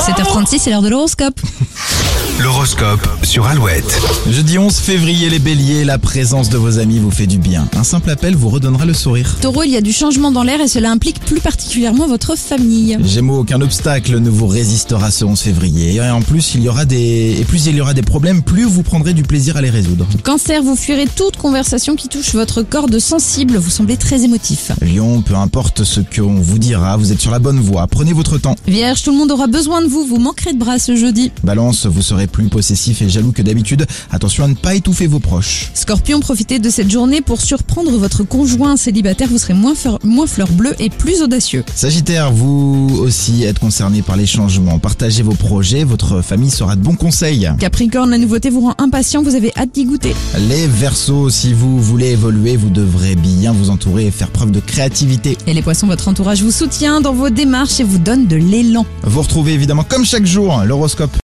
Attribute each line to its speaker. Speaker 1: 7h36, c'est l'heure de l'horoscope.
Speaker 2: L'horoscope sur Alouette.
Speaker 3: Jeudi 11 février, les béliers, la présence de vos amis vous fait du bien. hein. Un simple appel vous redonnera le sourire.
Speaker 1: Taureau, il y a du changement dans l'air et cela implique plus particulièrement votre famille.
Speaker 3: Gémeaux, aucun obstacle ne vous résistera ce 11 février. Et en plus, il y aura des, et plus il y aura des problèmes, plus vous prendrez du plaisir à les résoudre.
Speaker 1: Cancer, vous fuirez toute conversation qui touche votre corde sensible, vous semblez très émotif.
Speaker 3: Lyon, peu importe ce qu'on vous dira, vous êtes sur la bonne voie. Prenez votre temps.
Speaker 1: Vierge, tout le monde aura besoin de vous, vous manquerez de bras ce jeudi.
Speaker 3: Balance, vous serez plus possessif et jaloux que d'habitude. Attention à ne pas étouffer vos proches.
Speaker 1: Scorpion, profitez de cette journée pour surprendre votre conjoint célibataire, vous serez moins, fleur- moins fleur bleue et plus audacieux.
Speaker 3: Sagittaire, vous aussi êtes concerné par les changements. Partagez vos projets, votre famille sera de bons conseils.
Speaker 1: Capricorne, la nouveauté vous rend impatient, vous avez hâte d'y goûter.
Speaker 3: Les Verseaux, si vous voulez évoluer, vous devrez bien vous entourer et faire preuve de créativité.
Speaker 1: Et les poissons, votre entourage vous soutient dans vos démarches et vous donne de l'élan.
Speaker 3: Vous retrouvez évidemment comme chaque jour hein, l'horoscope